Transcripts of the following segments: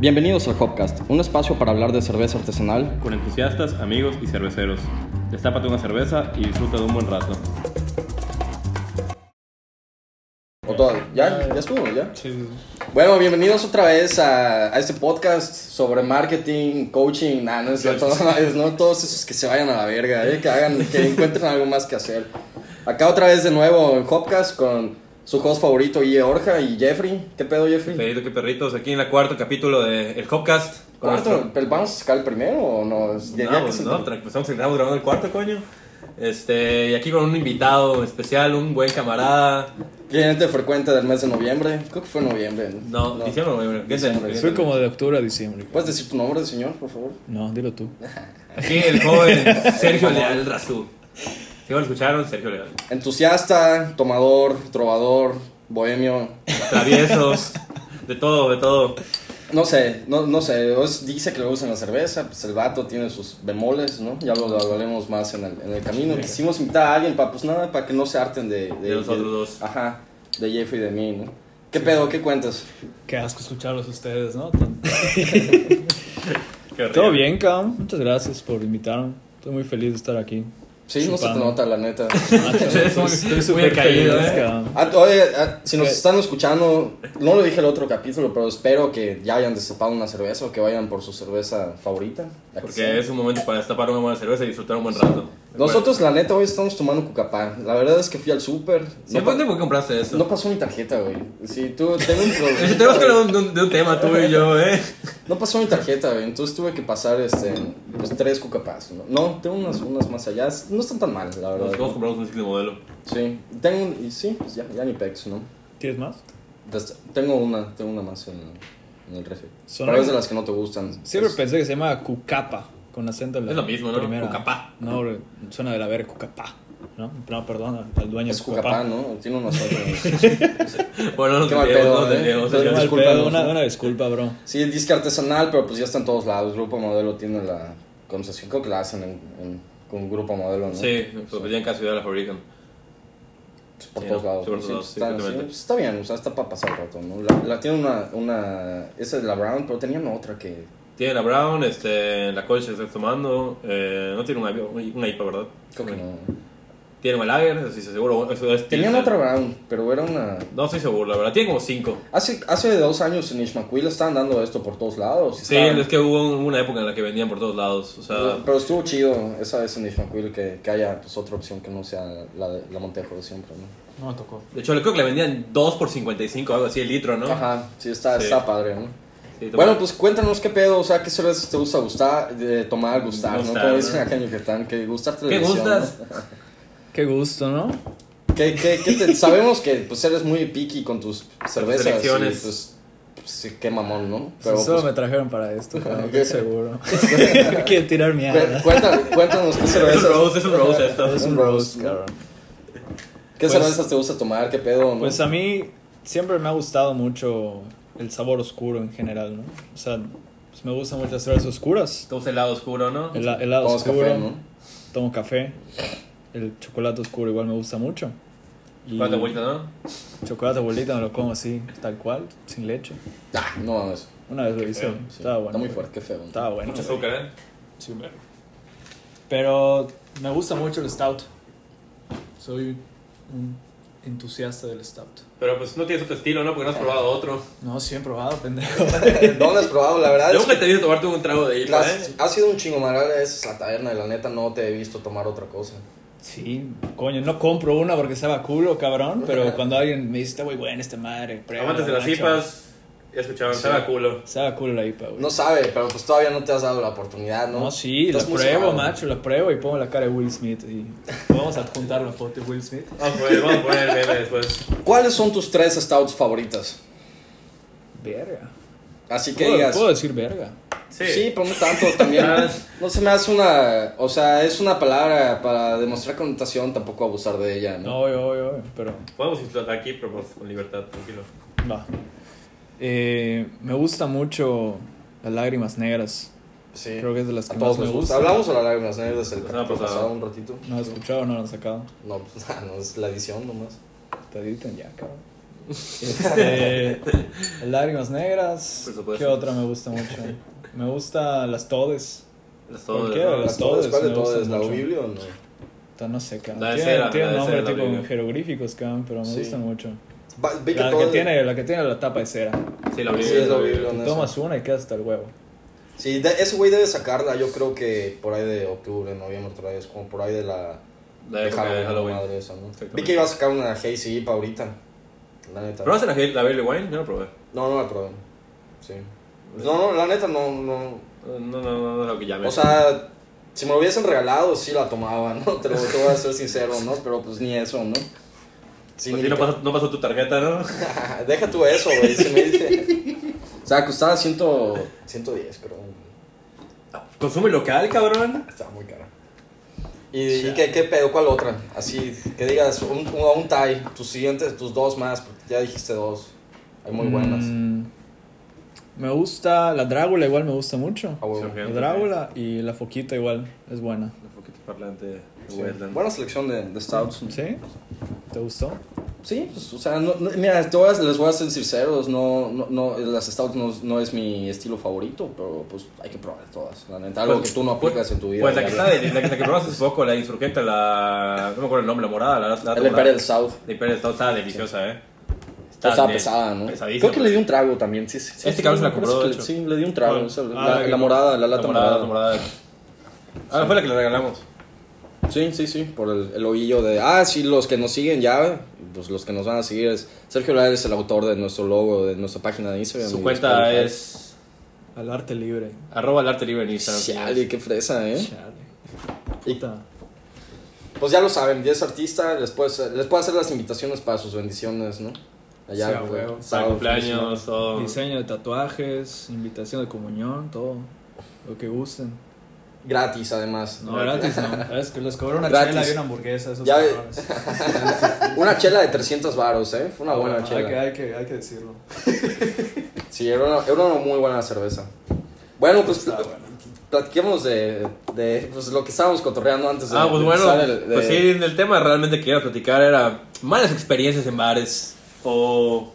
Bienvenidos al Hopcast, un espacio para hablar de cerveza artesanal. con entusiastas, amigos y cerveceros. Destápate una cerveza y disfruta de un buen rato. ¿O todavía? ¿Ya? ¿Ya estuvo? ¿Ya? Bueno, bienvenidos otra vez a, a este podcast sobre marketing, coaching, nada, no es cierto, no todos esos que se vayan a la verga, eh, que hagan, que encuentren algo más que hacer. Acá otra vez de nuevo en Hopcast con su host favorito, Ie Orja y Jeffrey. ¿Qué pedo, Jeffrey? Perrito que perritos, aquí en el cuarto capítulo de El Hopcast. con nuestro- ¿Cuarto? ¿Pel- ¿Vamos a sacar el primero o no? Ya- ya No, que pues se- no, tra- pues estamos, estamos grabando el cuarto, coño. Este, y aquí con un invitado especial, un buen camarada. Cliente frecuente del mes de noviembre, creo que fue noviembre. No, diciembre, güey, bueno, ¿qué es el- Diciembre. Soy como de octubre a diciembre. ¿Puedes decir tu nombre, señor, por favor? No, dilo tú. Aquí el joven Sergio Leal Razú. Si lo escucharon, Sergio Leal. Entusiasta, tomador, trovador, bohemio. Traviesos, de todo, de todo. No sé, no, no sé. es- dice que le gustan la cerveza, pues el vato tiene sus bemoles, ¿no? Ya lo lo hablaremos más en el, en el camino. Quisimos invitar a alguien para, pues nada, para que no se harten de... De los otros dos. Ajá, de Jeffrey y de mí, ¿no? ¿Qué pedo? ¿Qué cuentas? Qué asco escucharlos ustedes, ¿no? Tan- Qué Todo horrible. bien, cabrón. Muchas gracias por invitarme. Estoy muy feliz de estar aquí. Sí, no se te Chupando. nota, la neta. Eres muy- muy caído, ¿eh? cabrón. Ah, oye, ah, si nos ¿Qué? están escuchando, no lo dije el otro capítulo, pero espero que ya hayan destapado una cerveza o que vayan por su cerveza favorita. la que sea. Porque es un momento para destapar una buena cerveza y disfrutar un buen rato. Nosotros, la neta, hoy estamos tomando cucapá. La verdad es que fui al súper. No, ¿Siempre pa- te por qué compraste eso? no pasó mi tarjeta, güey. Sí, tú, tengo un problema. Pues, Tenemos que güey. hablar de un, de un tema tú y yo, ¿eh? No pasó mi tarjeta, güey. Entonces tuve que pasar, este, pues, tres cucapás. No, No, tengo unas, unas más allá. No están tan mal, la verdad. Nos todos compramos un ciclo modelo. Sí. Tengo un, y sí, pues ya, ya ni pex, ¿no? ¿Quieres más? Des- Tengo una, tengo una más en, en el refri. Son- Pero es de las que no te gustan. Siempre Es- pensé que se llama Cucapa, con acento en la Es lo mismo, ¿no? primera. Cucapá. No, bro, suena de la verga Cucapá, ¿no? No, perdón, al dueño Es de cucapá, Cucapá. ¿no? Tiene unos Bueno, no Qué mal nos entendemos, pedo, no ¿eh? nos entendemos. Pero Estoy Sergio. mal disculpa, pedo, ¿no? una, una disculpa, bro. Sí, el disque artesanal, pero pues ya está en todos lados. Grupo Modelo tiene la concesión. Creo que la hacen en, en- con Grupo Modelo, ¿no? Sí, pues ya en cada ciudad la fabrican. Pues, por sí, todos no, lados. sí, por ¿no? todos Sí, lados, está, sí, exactamente. pues, está bien, o sea, está para pasar el rato, ¿no? La, la tiene una, una. Esa es la Brown, pero tenían otra que. Tiene la Brown, este, la Colch está tomando. Eh, no tiene una, una IPA, ¿verdad? Creo que no. Tiene una Lager, eso sí, seguro. Eso es Tenían Pilsen. otra Brown, pero era una. No estoy seguro, la verdad. Tiene como cinco. Hace, hace dos años en Ishmaquil estaban dando esto por todos lados. Sí, Estaban- es que hubo un- una época en la que vendían por todos lados. O sea, Pero estuvo chido esa vez en Ishmaquil que, que haya pues, otra opción que no sea la, de- la Montejo de siempre, ¿no? No me tocó. de hecho, creo que le vendían dos por 55, algo así, el litro, ¿no? Ajá, sí, está, Sí. está padre, ¿no? Sí, toma. Bueno, pues cuéntanos qué pedo, o sea, qué cervezas te gusta gustar, de tomar, gustar, ¿no? Gustar, Como ¿no? dicen acá en Yucatán, que gustarte ¿Qué gustas? Qué gusto, ¿no? Que, sabemos que pues eres muy picky con tus cervezas. elecciones. Y, pues, pues, sí, qué mamón, ¿no? Si Pero solo pues, me trajeron para esto, cabrón, ¿Qué? estoy seguro. Quiero tirar mierda. cu- cuéntanos, cuéntanos qué es un cervezas, roast, es un roast esto. Es un roast, cabrón. qué Pues- cervezas te gusta tomar, qué pedo, ¿no? Pues a mí siempre me ha gustado mucho el sabor oscuro en general, ¿no? O sea, pues me gustan muchas cervezas oscuras. Entonces, el lado oscuro, ¿no? El helado Tomas oscuro, café, ¿no? tomo café. El chocolate oscuro igual me gusta mucho. Y Cuatro vueltas, ¿no? Chocolate abuelita me lo como así, tal cual, sin leche. Ah, no mames. sí, Una vez lo hice, feo, sí. estaba bueno. Está muy güey. fuerte, qué feo. ¿no? Estaba bueno. Mucho güey. azúcar, ¿eh? Sí, güey. Pero me gusta mucho el stout. Soy un entusiasta del stout. Pero pues no tienes otro estilo, ¿no? Porque no has probado otro. No, sí he probado, pendejo. ¿Dónde has probado? La verdad Yo Ah, es nunca que te he visto tomarte un trago de IPA, las- ¿eh? ha sido un chingo esa es la taberna, y la neta no te he visto tomar otra cosa. Sí, coño, no compro una porque estaba culo, cabrón, pero cuando alguien me dice, está muy buena esta madre, pruébala, Amantes de las macho". IPAs, ya escucharon, Sí. sabe a culo. Estaba culo la IPA, güey. No sabe, pero pues todavía no te has dado la oportunidad, ¿no? No, sí, la Estás pruebo, muy cerrado. macho, la pruebo y pongo la cara de Will Smith y vamos a juntar la foto de Will Smith. Vamos a poner, vamos a poner el meme después. ¿Cuáles son tus tres stouts favoritas? Verga. Así que ¿Puedo, digas. puedo decir verga. Sí. Sí. pero no tanto también. Ah. No se me hace una. O sea, es una palabra para demostrar connotación, tampoco abusar de ella, ¿no? No, yo, yo, yo, pero Podemos insultar aquí, pero pues, con libertad, tranquilo. va. Eh, me gusta mucho las lágrimas negras. Sí. Creo que es de las que a todos más me nos gusta. gusta. Hablamos de la lágrimas negras el La pasado, semana pasada. pasado un ratito. ¿No has escuchado no lo han sacado? No, pues, no, es la edición nomás. Te editan ya, cabrón. Este, Lágrimas Negras. Por supuesto. ¿Qué otra me gusta mucho? Me gusta Las Todes. Las ¿Por todas, qué? ¿no? Las ¿Todas? todes, ¿Cuál de me gustan todas? ¿La mucho. Biblia o no? Ta- No sé, cabrón. La de Tiene, cera, tiene la de nombre cera, la tipo de- jeroglíficos, cabrón, pero me Sí. gustan mucho. Va- vi que La que, todas- tiene, la que tiene la tapa de cera. Sí, la Biblia. Sí, es la la Biblia. Biblia. Con eso. Tomas una y quedas hasta el huevo. Sí, de- ese güey debe sacarla, yo creo que por ahí de octubre, noviembre, otra vez, como por ahí de la... La época de Halloween. madre esa, ¿no? Exactamente. Vi que iba a sacar una Hazy para ahorita, la neta. ¿Probaste la, la Bailey Wine? Yo no probé. No, no la probé, sí. No, no, la neta no, no. No, no, no, no, lo que llame. O sea, si me lo hubiesen regalado, sí la tomaba, ¿no? Te lo te voy a ser sincero, ¿no? Pero pues ni eso, ¿no? Sí, Pues ni- sí, no pasó, no pasó tu tarjeta, ¿no? "Ah, Deja tú eso, güey. se me dice. O sea, costaba 100, 110, creo. Consume local, cabrón. Estaba muy cara. ¿Y, y qué, qué pedo? ¿Cuál otra? Así, que digas un, un, un tie, tus siguientes, tus dos más, porque ya dijiste dos. Hay muy buenas. Mm, me gusta. La Drácula igual me gusta mucho. Ah, huevo. Sí, La ok. Drácula y la Foquita igual es buena. Un poquito parlante de Sí. Westland. Buena selección de, de stouts. ¿Sí? ¿Te gustó? Sí, pues, o sea, no- no- mira, te voy a- les voy a ser sinceros, no, no, no, las stouts no, no es mi estilo favorito, pero pues hay que probar todas, la neta, algo que tú no aplicas en tu vida. Pues la que, ya está ves. de, la, que- la que probaste hace poco, la insurgente, la. No me acuerdo el nombre, la morada. La, la, El Imperial South. La Imperial Stout estaba deliciosa, ¿eh? Está estaba de- pesada, ¿no? Pesadísima. Creo que le di un trago también, sí, sí. sí, Este sí, cabrón se la me parece compró, que de le- hecho. Sí, le di un trago, ¿Cuál? o sea, Ah, la, la que- la morada, la lata La morada, morada. la morada. Ah, fue la que le regalamos. Sí, sí, sí, por el, el ovillo de... Ah, sí, los que nos siguen ya, pues los que nos van a seguir es... Sergio Lara es el autor de nuestro logo, de nuestra página de Instagram. Su y cuenta Spotify. es. Al arte libre. Arroba el arte libre en Instagram. Chale, qué fresa, ¿eh? Chale. Y- Puta. Pues ya lo saben, 10 artistas, les puedo, les puedo hacer las invitaciones para sus bendiciones, ¿no? Sí, a güey, huevo. Para sábado, Para cumpleaños, todo. Diseño de tatuajes, invitación de comunión, todo. Lo que gusten. fin de semana. Gratis, además. No, gratis no. Es que les cobró una Gratis. chela y una hamburguesa. Esos Ya- cabrones. Una chela de 300 varos, ¿eh? Fue una buena Ah, Bueno, chela. Hay que, hay, que, hay que decirlo. Sí, era una, era una muy buena cerveza. Bueno, pues Está pl- bueno. platiquemos de, de, pues, lo que estábamos cotorreando antes de Ah, pues de bueno, empezar el- de- pues sí, el tema realmente que iba a platicar era malas experiencias en bares o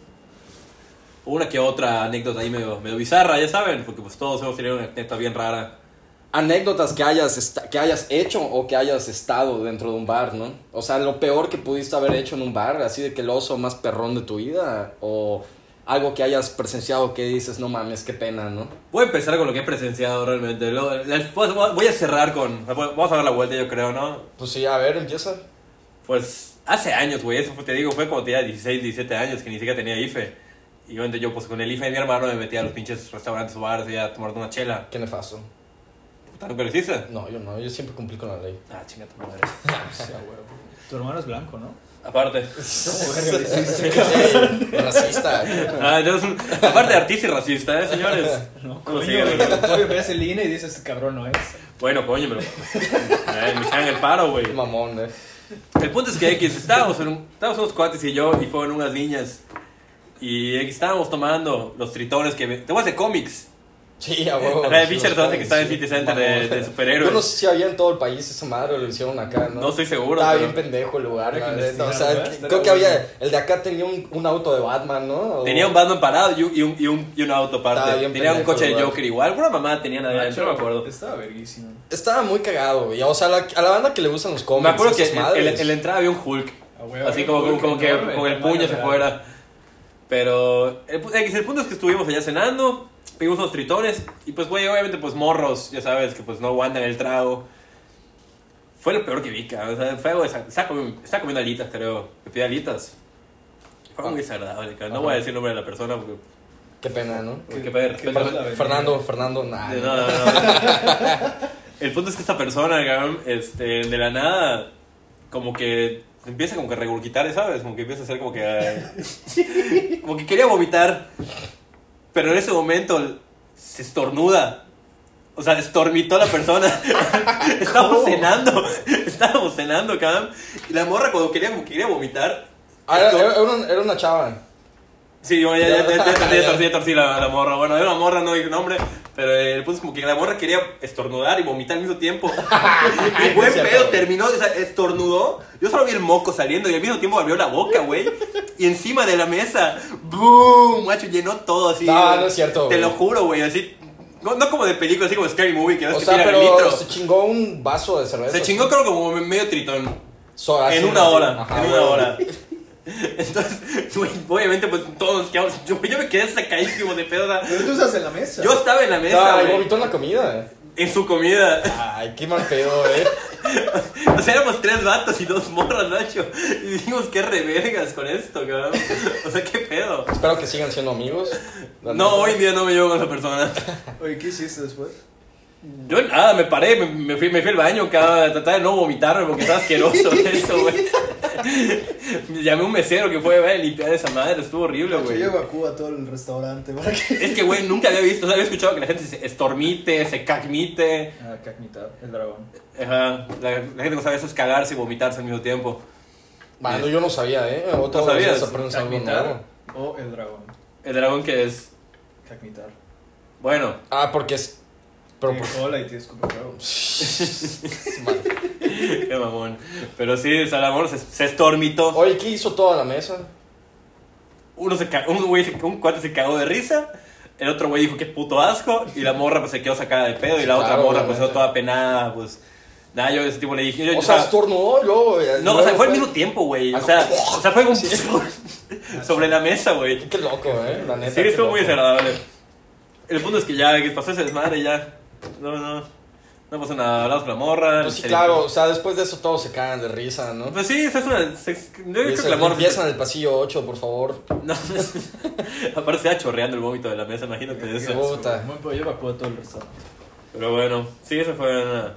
una que otra anécdota ahí medio, medio bizarra, ya saben, porque pues todos hemos tenido una anécdota bien rara. Anécdotas que hayas, esta- que hayas hecho o que hayas estado dentro de un bar, ¿no? O sea, lo peor que pudiste haber hecho en un bar, así de que el oso más perrón de tu vida o algo que hayas presenciado que dices, no mames, qué pena, ¿no? Voy a empezar con lo que he presenciado realmente. Luego, les- pues, voy a cerrar con... Vamos a dar la vuelta yo creo, ¿no? Pues sí, a ver, empieza. Pues hace años, güey, eso fue- te digo, fue cuando tenía 16, 17 años, que ni siquiera tenía IFE. Y obviamente yo pues con el IFE de mi hermano me metía a los pinches restaurantes o bares y a tomar una chela. Qué nefasto. ¿Tú lo hiciste? No, yo no, yo siempre cumplí con la ley. Ah, chingada madre. Sí, a huevo. Tu hermano es blanco, ¿no? Aparte. Ey, racista. Ah, entonces, aparte de artista y racista, ¿eh, señores? No, coño, ves el INE y dices, este cabrón no es. Bueno, coño, pero... Ay, me echan el paro, güey. Qué Mamón, eh. El punto es que X, estábamos, en un- estábamos unos cuates y yo, y fueron unas niñas. Y X, estábamos tomando los tritones que... me- Te voy a hacer cómics. Sí, a huevo. Ajá, el sí, pinche los restaurante jóvenes, que está en sí, City Center de- mamón. de superhéroes. Yo no sé si había en todo el país esa madre, lo hicieron acá, ¿no? No estoy seguro, Estaba pero- bien pendejo el lugar, Hay que la neta. O sea, creo investigarlo, ¿eh? que Estaría bueno. había. El de acá tenía un, un auto de Batman, ¿no? O- Tenía un Batman parado y un, y un, y un- y un auto Estaba aparte. bien Tenía un pendejo, coche de güey. Joker igual. Alguna mamá tenía nada adentro, no me acuerdo. Estaba verguísimo. Estaba muy cagado, güey. O sea, la- a la banda que le gustan los cómics. Me acuerdo que esas en, madres. en- en la entrada había un Hulk. A huevo, así un como, Hulk como que enorme, con el tamaño puño se real. fuera. Pero el, pu- X, el punto es que estuvimos allá cenando, pedimos unos tritones y pues, güey, obviamente pues morros, ya sabes, que pues no aguantan el trago. Fue lo peor que vi, cabrón. O sea, fue algo de... sa- Estaba comiendo, estaba comiendo alitas, creo. Me pedí alitas. Fue Ah. algo muy desagradable, cabrón. No Ajá. voy a decir el nombre de la persona porque... Qué pena, ¿no? porque para- qué para- mala verga. Fernando, Fernando, nah. no, no, no. El punto es que esta persona, cabrón, este, de la nada, como que empieza como que a regurgitar, ¿sabes? Como que empieza a hacer como que... eh, como que quería vomitar, pero en ese momento se estornuda. O sea, estormitó la persona. estábamos ¿Cómo? cenando, estábamos cenando, cabrón. Y la morra cuando quería, como que quería vomitar... Ah, era, estor- era una, era una chava. Sí, bueno, ya, ya, ya, ya, torcí, ya torcí, ya torcí la, la morra. Bueno, era una morra, no digo nombre, pero eh, el punto es como que la morra quería estornudar y vomitar al mismo tiempo. y buen pedo, terminó, o sea, estornudó. Yo solo vi el moco saliendo y al mismo tiempo abrió la boca, güey. Y encima de la mesa, ¡boom! Macho, llenó todo así. No, güey. no es cierto, Te güey. lo juro, güey, así. No, no como de película, así como Scary Movie, que ves O que sea, tiran el pero litro. se chingó un vaso de cerveza. Se chingó creo como medio tritón. So, así En una así. hora, Ajá, en una güey. hora. Entonces, güey, obviamente, pues todos nos quedamos. Yo, yo me quedé sacadísimo de pedo. o sea, Pero tú estás en la mesa. Yo estaba en la mesa, No, y güey, vomitó en la comida. en su comida. Ay, qué mal pedo, eh. O sea, éramos tres vatos y dos morras, Nacho. Y dijimos, qué revergas con esto, cabrón. O sea, qué pedo. Espero que sigan siendo amigos. La No, neta. hoy en día no me llevo con esa persona. Oye, ¿qué hiciste después? Yo nada, me paré, me, me fui, me fui al baño, cabrón, tratar de no vomitarme porque estaba asqueroso eso, güey. Llamé a un mesero que fue a limpiar esa madre, estuvo horrible, güey. Yo evacúo a todo el restaurante. ¿para qué? Es que, güey, nunca había visto, o sea, había escuchado que la gente se estormite, se cacmite. Ah, Cacnita, el dragón. Ajá, la, la gente no sabe eso es cagarse y vomitarse al mismo tiempo. Mano, yo no sabía, eh. Otra ¿No vez sabías? aprendes algo Caminar. nuevo. O el dragón. El dragón que es, Cacnitar. bueno, Ah, porque es. Pero por Hola y te escupe huevo. qué mamón. Pero sí, o sea, la morra se, se estormitó. Oye, ¿qué hizo toda la mesa? Uno se ca- un güey, se- un cuate se cagó de risa. El otro güey dijo qué puto asco. Y la morra pues se quedó sacada de pedo. Y la Claro, otra morra obviamente. pues quedó toda penada, pues. Nada, yo a ese tipo le dije. yo- yo- O sea, estornudó luego. eh, no, o luego sea, fue al mismo tiempo, güey. O Ah, sea, o sea, fue un. sobre la mesa, güey. Qué loco, eh. La neta. Sí, qué estuvo muy loco. desagradable. El punto es que ya, que pasó ese desmadre, ya. No, no. No pasó nada, hablamos con la morra. Pues sí, el- claro, o sea, después de eso todos se cagan de risa, ¿no? Pues sí, esa es una. se- yo creo que Empiezan la morra. empiezan en el pasillo 8, por favor. No, aparte se va chorreando el vómito de la mesa, imagínate eso. Puta. Muy pues yo evacué a todo el restaurante. Pero bueno, sí, esa fue una.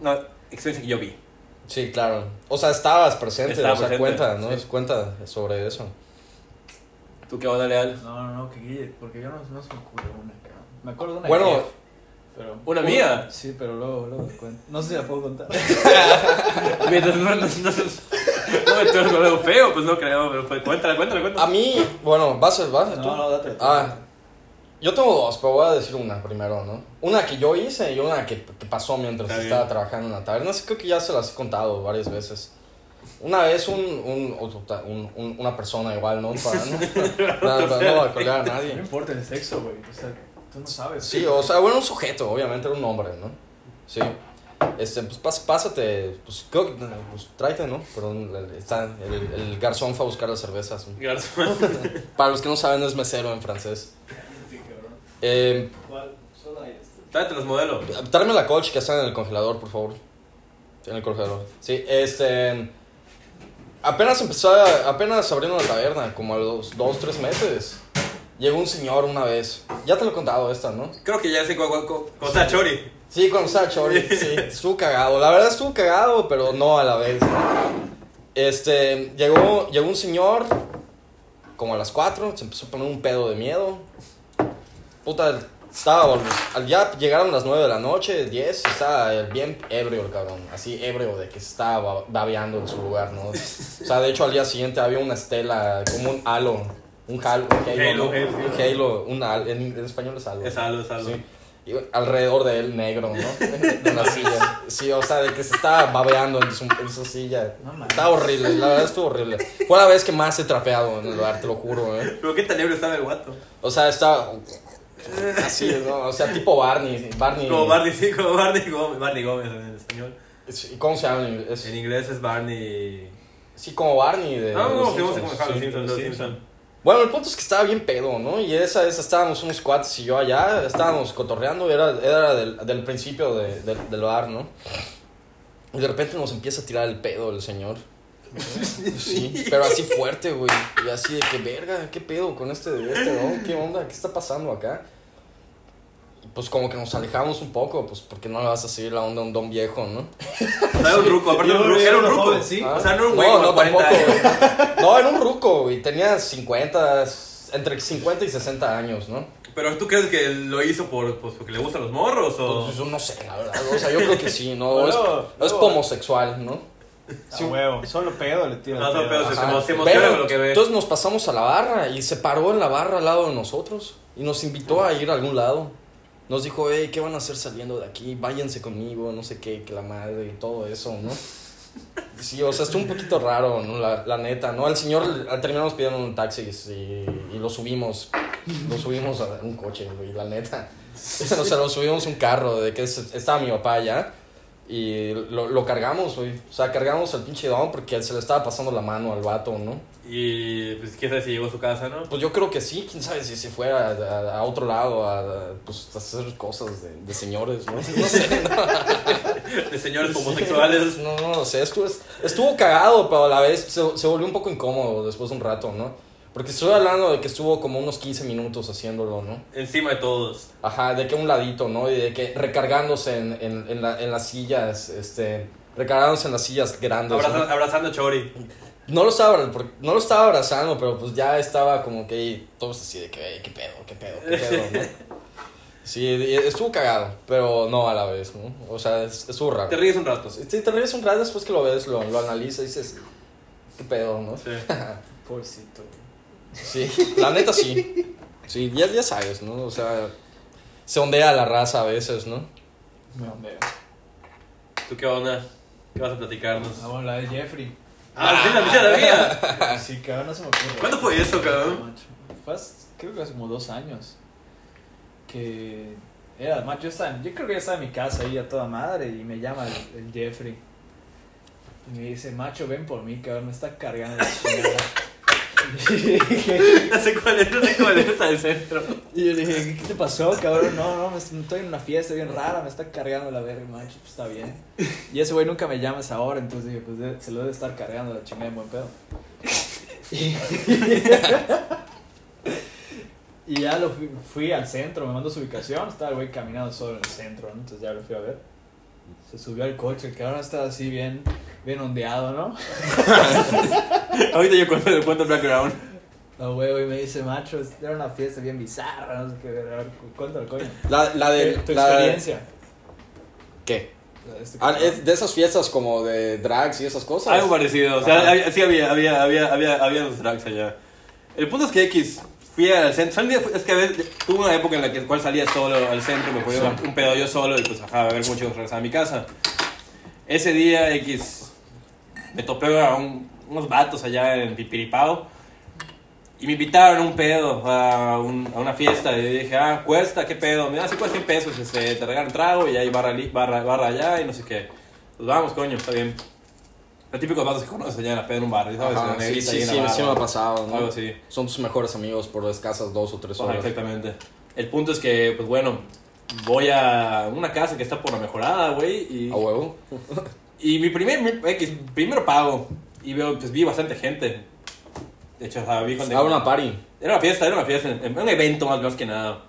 Una experiencia que yo vi. Sí, claro. O sea, estabas presente, Estaba o sea, presente, cuenta, ¿no? sí. Es Cuenta sobre eso. ¿Tú qué onda, Leal? No, no, no, que Guille, porque yo no, no se me ocurre una. cabrón. Me acuerdo de una. Bueno. que- pero. ¿Una mía? Sí, pero luego, luego te cuento. No sé si la puedo contar. Mientras no, no, no, no me tuerzo luego feo, pues no creo. Pero pues, cuéntala, cuéntala, A cuéntala. mí, bueno, vas a vas a- tú. No, no, date. Ah, yo tengo dos, pero voy a decir una primero, ¿no? Una que yo hice y una que, que pasó mientras Está bien. estaba trabajando en la taberna. Sí, creo que ya se las he contado varias veces. Una vez un, un, otro- un- un- una persona igual, ¿no? Para no, para no alcoholear a No nadie. importa el sexo, güey. O sea, tú no sabes. Sí, o sea, bueno, un sujeto, obviamente era un hombre, ¿no? Sí. Este, pues pas- pásate, pues creo que, pues tráete, ¿no? Perdón, el- está, el, el garzón fue a buscar las cervezas. ¿no? Garzón. Para los que no saben, es mesero en francés. Eh, Tráete los modelos. Tráeme la coach que está en el congelador, por favor. En el congelador. Sí, este. Apenas empezó, a- apenas abrieron la taberna, como a los dos, tres meses. Llegó un señor una vez. Ya te lo he contado esta, ¿no? Creo que ya sé cu- cu- cu- cosa chori. Sí, con Sachori, sí. Estuvo cagado. La verdad estuvo cagado, pero no a la vez. Este, llegó, llegó un señor, como a las 4, se empezó a poner un pedo de miedo. Puta, estaba, al- ya llegaron las 9 de la noche, 10, estaba bien ebrio el cabrón. Así ebrio de que se estaba ba- babeando en su lugar, ¿no? O sea, de hecho al día siguiente había una estela, como un halo. Un halo, un halo, ¿no? Halo, halo. Un halo, un halo, en, en español es halo. Es algo, es algo. Sí. Y alrededor de él negro, ¿no? De la silla. Sí, o sea, de que se estaba babeando en su, en su silla. No mames. Está horrible, la verdad estuvo horrible. Fue la vez que más he trapeado en el bar, te lo juro, ¿eh? Pero qué tan ebrio estaba el guato. O sea, estaba así, ¿no? O sea, tipo Barney. Barney. Como Barney, sí, como Barney Gómez. Barney Gómez en español. Sí, ¿Cómo se llama? Es- En inglés es Barney. sí, como Barney de... Ah, No, no, los no, fuimos como Simpsons. Simpson, Sí. Simpson, los Simpson. Bueno, el punto es que estaba bien pedo, ¿no? Y esa vez estábamos unos cuates y yo allá, estábamos cotorreando, era, era del, del principio de- del- del bar, ¿no? Y de repente nos empieza a tirar el pedo el señor. Sí, pero así fuerte, güey. Y así de que, verga, ¿qué pedo con este, este, no? ¿Qué onda? ¿Qué está pasando acá? Y pues como que nos alejamos un poco, pues porque no le vas a seguir la onda a un don viejo, ¿no? Era un ruco, aparte era un ruco, era un ruco. Sí. Ah. O sea, no era un güey como 40 tampoco, años. güey. No, era un ruco, güey. Tenía 50, entre 50 y 60 años, ¿no? Pero tú crees que lo hizo por, pues, porque le gustan los morros o. Pues yo no sé, la verdad. O sea, yo creo que sí, ¿no? Bueno, es, luego- es homosexual, ¿no? A huevo. Ah, Solo pedo le tira. No, solo pedo, Ajá. Se emo- se Pero, emociona con lo que ve. Entonces nos pasamos a la barra y se paró en la barra al lado de nosotros y nos invitó a ir a algún lado. Nos dijo, hey, ¿qué van a hacer saliendo de aquí? Váyanse conmigo, no sé qué, que la madre y todo eso, ¿no? Sí, o sea, estuvo un poquito raro, ¿no? La, la neta, ¿no? Al señor le- al- terminamos pidiendo un taxi y, y lo subimos. Lo subimos a un coche, güey, la neta. O sea, lo subimos a un carro, de que es- estaba mi papá allá. Y lo, lo cargamos, güey. O sea, cargamos al pinche don porque se le estaba pasando la mano al vato, ¿no? Y pues quién sabe si llegó a su casa, ¿no? Pues yo creo que sí, quién sabe si se fuera a, a- a otro lado a, a, pues, a hacer cosas de, de señores, ¿no? No sé, De señores homosexuales. no, no lo sé, estuvo, estuvo cagado, pero a la vez se, se volvió un poco incómodo después de un rato, ¿no? Porque estoy hablando de que estuvo como unos 15 minutos haciéndolo, ¿no? Encima de todos. Ajá, de que un ladito, ¿no? Y de que recargándose en, en, en, la- en las sillas, este, recargándose en las sillas grandes. ¿no? Abraza- abrazando a Chori. No lo estaba, abra- por- no lo estaba abrazando, pero pues ya estaba como que ahí, todos así de que, "Ey, qué pedo, qué pedo, qué pedo, ¿no? Sí, y estuvo cagado, pero no a la vez, ¿no? O sea, es- estuvo raro. Te ríes un rato. Sí, te ríes un rato después que lo ves, lo, lo analizas y dices, qué pedo, ¿no? Sí. Pobrecito. Sí, la neta sí. Sí, ya, ya sabes, ¿no? O sea, se ondea la raza a veces, ¿no? Me ondeo. ¿Tú qué onda? ¿Qué vas a platicarnos? Vamos, la de Jeffrey. Ah, sí, la mía, la mía. Sí, cabrón, no se me ocurre. ¿Cuándo fue eso, cabrón? Macho. Fue hace- creo que hace como dos años. Que era, macho, yo, estaba, en- yo creo que ya estaba en mi casa ahí a toda madre y me llama el, el Jeffrey. Y me dice, macho, ven por mí, cabrón, me está cargando la chingada. Y dije, No sé cuál es, no sé cuál es al centro. Y yo le dije, ¿qué te pasó, cabrón? No, no, me estoy en una fiesta bien rara, me está cargando la verga, macho, pues está bien. Y ese güey nunca me llama a esa hora, entonces dije, pues de- se lo debe estar cargando la chingada en buen pedo. Y, y ya lo fui, fui al centro, me mandó su ubicación, estaba el güey caminando solo en el centro, ¿no? Entonces ya lo fui a ver. Se subió al coche, que ahora está así bien, bien ondeado, ¿no? Ahorita yo cuento, cuento el background. No, güey, güey, me dice, macho, era una fiesta bien bizarra, no sé qué, a ver, cu- cuéntalo, coño. Eh, La, la de... Eh, Tu la de- experiencia. ¿Qué? Este- Ah, es de esas fiestas como de drags y esas cosas. Algo parecido. O sea, Ajá. había- sí había, había, había, había, había los drags allá. El punto es que X fui al centro. salía- Es que a veces tuve una época en la que cual salía solo al centro, me ponía un pedo yo solo y pues ajá, a ver muchos regresaba a mi casa. Ese día X me topé a un- unos vatos allá en Pipiripao y me invitaron a un pedo a, un- a una fiesta. Y yo dije, ah, cuesta, qué pedo. Me da cuesta 100 pesos, este, te regalan trago y ahí barra, li- barra, barra allá y no sé qué. Pues vamos, coño, está bien. Los típicos vatos que conoces allá en la peda en un bar, ¿sabes? Ajá, La sí, negrita sí, ahí en la sí, barra. sí me ha pasado, ¿no? Algo así. Son tus mejores amigos por escasas dos o tres Ajá, horas. exactamente. El punto es que, pues bueno, voy a una casa que está por la mejorada, güey. Y, ¿A huevo? y mi primer, mi- X, primero pago. Y veo, pues vi bastante gente. De hecho, o sea, vi cuando- A Ah, una party. Era una fiesta, era una fiesta. Era un evento más, más que nada.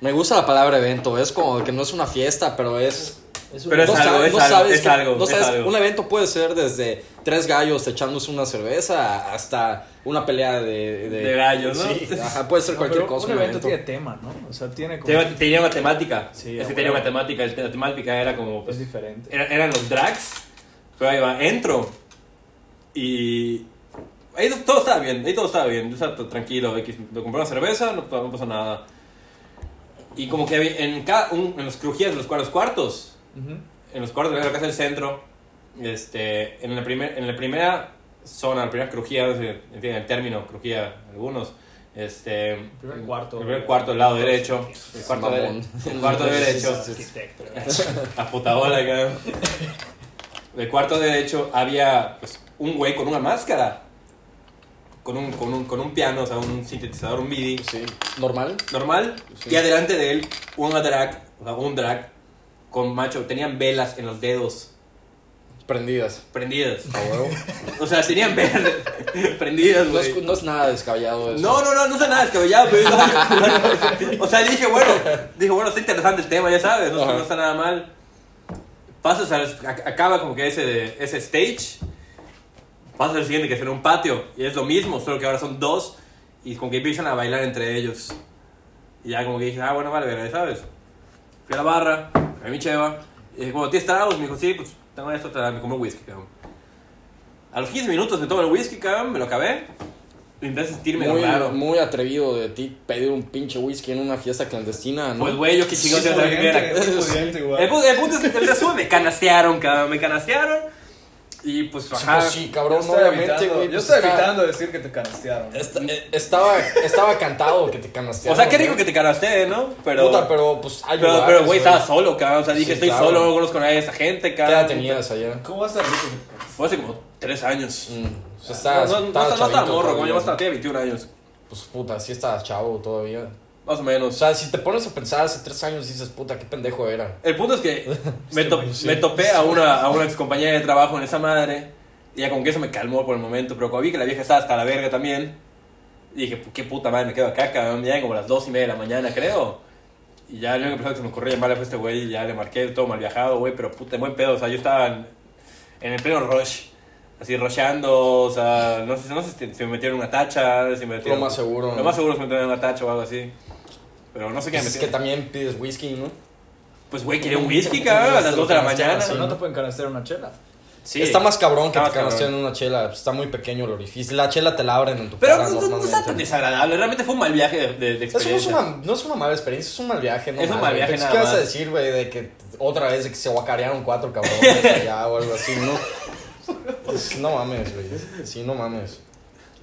Me gusta la palabra evento, es como que no es una fiesta, pero es... Pero es no algo, sabes- es no algo, sabes es que- algo, no es sabes- algo. Un evento puede ser desde tres gallos echándose una cerveza hasta una pelea de... De gallos, ¿no? Sí, ajá, puede ser No, cualquier pero cosa. Un evento tiene tema, ¿no? O sea, tiene como. Tenía, tenía matemática. Sí, es ah, que tenía bueno. matemática. el- La temática era como, Es pues, diferente. Era- eran los drags. Pero ahí va, entro. Y. Ahí todo estaba bien, ahí todo estaba bien. Yo estaba t- tranquilo, X. Me compré una cerveza, no, pa- no pasó nada. Y como que había- en, cada, un- en los crujías de los cuartos cuartos, Ujú. en los cuartos de la casa del centro, este, en, la primer, en la primera zona, la primera crujía, no sé si entienden el término, crujía, algunos. Este, el primer cuarto. El primer cuarto, el lado derecho. El cuarto, de- Mamón. el cuarto derecho. Arquitecto. La puta bola, cabrón. Del cuarto derecho había pues, un güey con una máscara. Con un, con, un, con un piano, o sea, un sintetizador, un MIDI Sí. ¿Normal? normal. Sí. Y adelante de él, una drag, o sea, un drag con macho. Tenían velas en los dedos Prendidas. prendidas. A huevo. O sea, tenían velas prendidas, No güey. es, no es nada descabellado eso. No, no, pues, no, no sé nada descabellado, pero O sea, dije, bueno, dije, bueno, está interesante el tema, ya sabes, no, Ajá. no está nada mal. Pasas al, ac- acaba como que ese, de- ese stage, pasas al siguiente que será un patio, y es lo mismo, solo que ahora son dos, y como que empiezan a bailar entre ellos. Y ya como que dije, ah, bueno, vale, verga, ya sabes. Fui a la barra, a mi cheva, y dije, bueno, ¿tienes tragos? Me dijo, sí, pues tengo esto, te la- me como whisky, cabrón. A los 15 minutos me tomo el whisky, cabrón, me lo acabé. Y empecé a sentirme Muy, raro. muy atrevido de ti pedir un pinche whisky en una fiesta clandestina, ¿no? Pues, güey, yo qué chingados iba a saber qué era. Eh, El punto, el punto es que el resumen me canastearon, cabrón, me canastearon. Y pues, Sí, ajá. pues sí, cabrón, Yo estoy obviamente, evitando- güey. Yo pues, estoy está- evitando decir que te canastearon. está- eh, estaba, estaba cantado que te o canastearon. sea, qué rico güey. que te canasté, ¿no? Pero, Puta, pero pues hay pero, lugares, pero, güey, estaba solo, cabrón. O sea, dije, Sí, estoy claro. solo, no conozco a nadie de esa gente, ¿Qué cabrón. edad tenías allá? Eh, ¿Cómo vas a saber que te canastearon? Fue hace como tres años. Mm, o sea, estabas- no, no, estabas no, estaba- no estaba chavito morro, como todavía. yo más tenía 21 años. Pues puta, sí estabas chavo todavía. Más o O menos. sea, si te pones a pensar hace tres años, dices, puta, qué pendejo era. El punto es que me, to- güey, sí. me topé a una, a una ex compañera de trabajo en esa madre. Y ya como que eso me calmó por el momento. Pero cuando vi que la vieja estaba hasta la verga también, dije, "Pu- qué puta madre, me quedo acá, cabrón. Ya eran como las dos y media de la mañana, creo. Y ya lo único que se me ocurrió llamarle fue a este güey. Y ya le marqué todo mal viajado, güey. Pero puta, en buen pedo. O sea, yo estaba en, en el pleno rush. Así rusheando, o sea, no sé, no sé si, si me metieron una tacha, si me metieron... más seguro, Lo ¿no? más seguro es que me metieron una tacha o algo así. Pero no sé qué me Pues es que metieron. también pides whisky, ¿no? Pues, güey, quería un whisky, cabrón, a las 2 de la mañana. Sí, Pero no ¿no? te pueden canastear una chela. Sí. Está más cabrón que Está te más cabrón. canastean una chela. pues, Está muy pequeño el orificio. La chela te la abren en tu Pero pues, cara no, no- no está tan normalmente. desagradable. Realmente fue un mal viaje de, de- de Eso no es, experiencia. una, no es una mala experiencia, es un mal viaje, ¿no? Es un mames, mal güey. viaje Entonces, nada ¿Qué vas a más. decir, güey, de que otra vez de que se guacarearon cuatro cabrones allá o algo así, no? Pues, no mames, güey. Sí, no mames.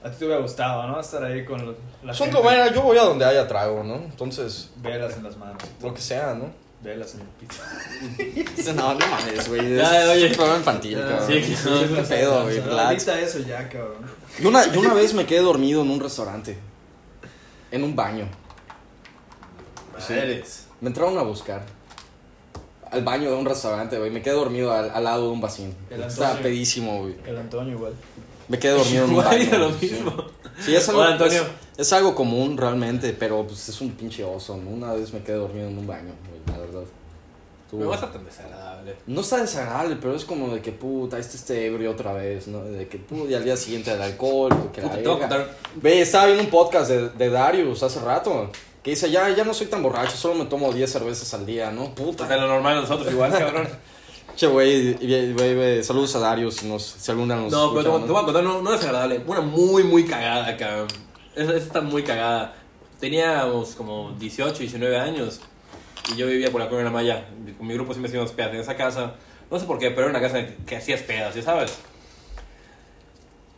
A ti te hubiera gustado, ¿no? Estar ahí con los- la Son gente. como, mira, yo voy a donde haya trago, ¿no? Entonces, Velas en las manos. lo que sea, ¿no? Velas en el pito. No, no mames, güey. es un programa infantil, Ah, Sí, que no. qué pedo, güey, relax. Ahorita eso ya, cabrón. Yo una, yo una vez me quedé dormido en un restaurante. En un baño. Madres. Me entraron a buscar. Al baño de un restaurante, güey. Me quedé dormido al, al lado de un vacín. El Estaba Antonio. pedísimo, güey. El Antonio igual. Me quedé dormido en un Igual baño. hizo lo güey, sí. mismo. Sí, es algo, Hola, Antonio. Es, es algo común realmente, pero pues es un pinche oso. ¿no? Una vez me quedé dormido en un baño, güey, la verdad. Estuvo- No está tan desagradable. No está desagradable, pero es como de que puta, este esté ebrio otra vez, ¿no? De que puta, y al día siguiente del alcohol, que la Puta, te voy a verga. contar. Ve, estaba viendo un podcast de, de Darius hace rato. Que dice, ya, ya no soy tan borracho, solo me tomo 10 cervezas al día, ¿no? O sea, Puta. lo normal de nosotros igual, cabrón. Che, güey, güey, güey, güey, saludos a Darius, si, nos, si alguna nos No, pero escucha, te, voy- te voy a contar, no, no desagradable. Una muy, muy cagada, cabrón. Esa esa está muy cagada. Teníamos como 18, 19 años. Y yo vivía por la Colonia Maya. Con mi grupo siempre hacíamos pedas en esa casa. No sé por qué, pero era una casa que hacías pedas, ya sabes.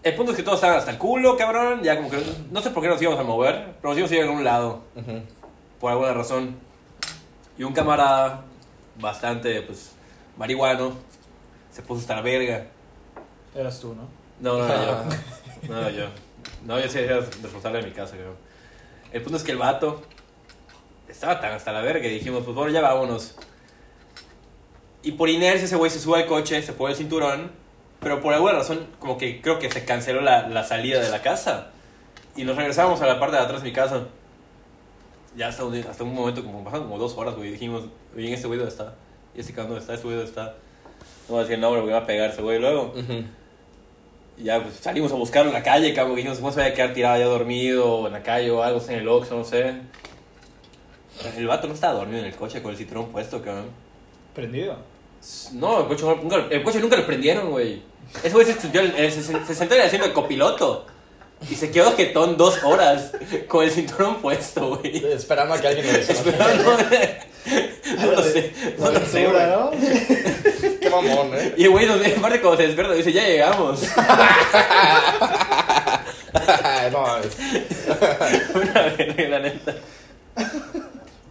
El punto es que todos estaban hasta el culo, cabrón. Ya como que no sé por qué nos íbamos a mover, pero nos íbamos a ir a algún lado Ujú. por alguna razón. Y un camarada bastante, pues, marihuano, se puso hasta la verga. Eras tú, ¿no? No, no, no, yo. No, yo. No, yo sí era responsable de mi casa, creo. El punto es que el vato estaba tan hasta la verga que dijimos, pues bueno, ya vámonos. Y por inercia ese güey se sube al coche, se pone el cinturón, pero por alguna razón, como que creo que se canceló la, la salida de la casa. Y nos regresamos a la parte de atrás de mi casa. Ya hasta un, hasta un momento, como pasaron como dos horas, güey, dijimos, bien, este güey dónde está. Y este cabrón dónde está, este güey dónde está. No voy a decir el nombre porque me va a pegar ese güey luego. Ujú. Y ya pues, salimos a buscarlo en la calle, cabrón, que dijimos, ¿cómo se vaya a quedar tirado ya dormido o en la calle o algo, en el Oxxo, no sé. El vato no estaba dormido en el coche con el cinturón puesto, cabrón. Prendido. No, el coche nunca, el coche nunca lo prendieron, güey. Ese güey se, sentó en- eh, se, se sentó en el asiento de copiloto y se quedó jetón dos horas con el cinturón puesto, güey. Esperando a que alguien lo desate. Esperando. No lo sé, no lo sé, güey. Aventura, ¿no? Qué mamón, ¿eh? Y el güey, nos- aparte, cuando se despierta, dice, ya llegamos. no mames. Una verga, la neta.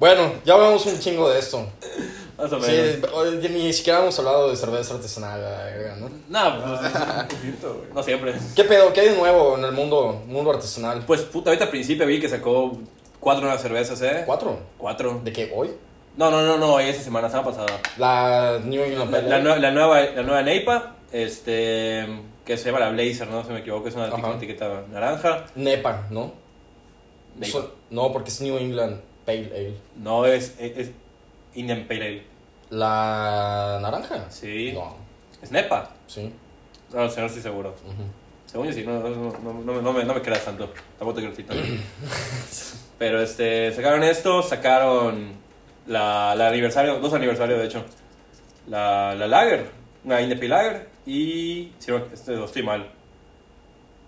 Bueno, ya vemos un chingo de esto. Más o menos. Sí, oye, ni siquiera hemos hablado de cerveza artesanal, la verga, ¿no? No, Ah, pues, Un poquito, güey. no siempre. ¿Qué pedo? ¿Qué hay de nuevo en el mundo, mundo artesanal? Pues puta, ahorita al principio vi que sacó cuatro nuevas cervezas, ¿eh? ¿Cuatro? Cuatro. ¿De qué? ¿Hoy? No, no, no, no, esa semana, semana pasada. La New England La, Pale la Ale. nue- la nueva, la nueva Neipa, este, que se llama la Blazer, ¿no? Si me equivoco, es una Ajá. etiqueta naranja. Nepa, ¿no? Neipa. So- no, porque es New England Pale Ale. No, es, es, es Indian Pale Ale. ¿La naranja? Sí. No, Es Nepa. sí. No, no sé, no estoy seguro. ujú. Según yo sí, no, no, no, no, no, me, no me creas tanto. Tampoco te creo a ti tanto. Pero este, sacaron esto, sacaron la, la aniversario, dos aniversarios de hecho. La, la Lager, una Indepi Lager y Ciroc. Este, no estoy mal.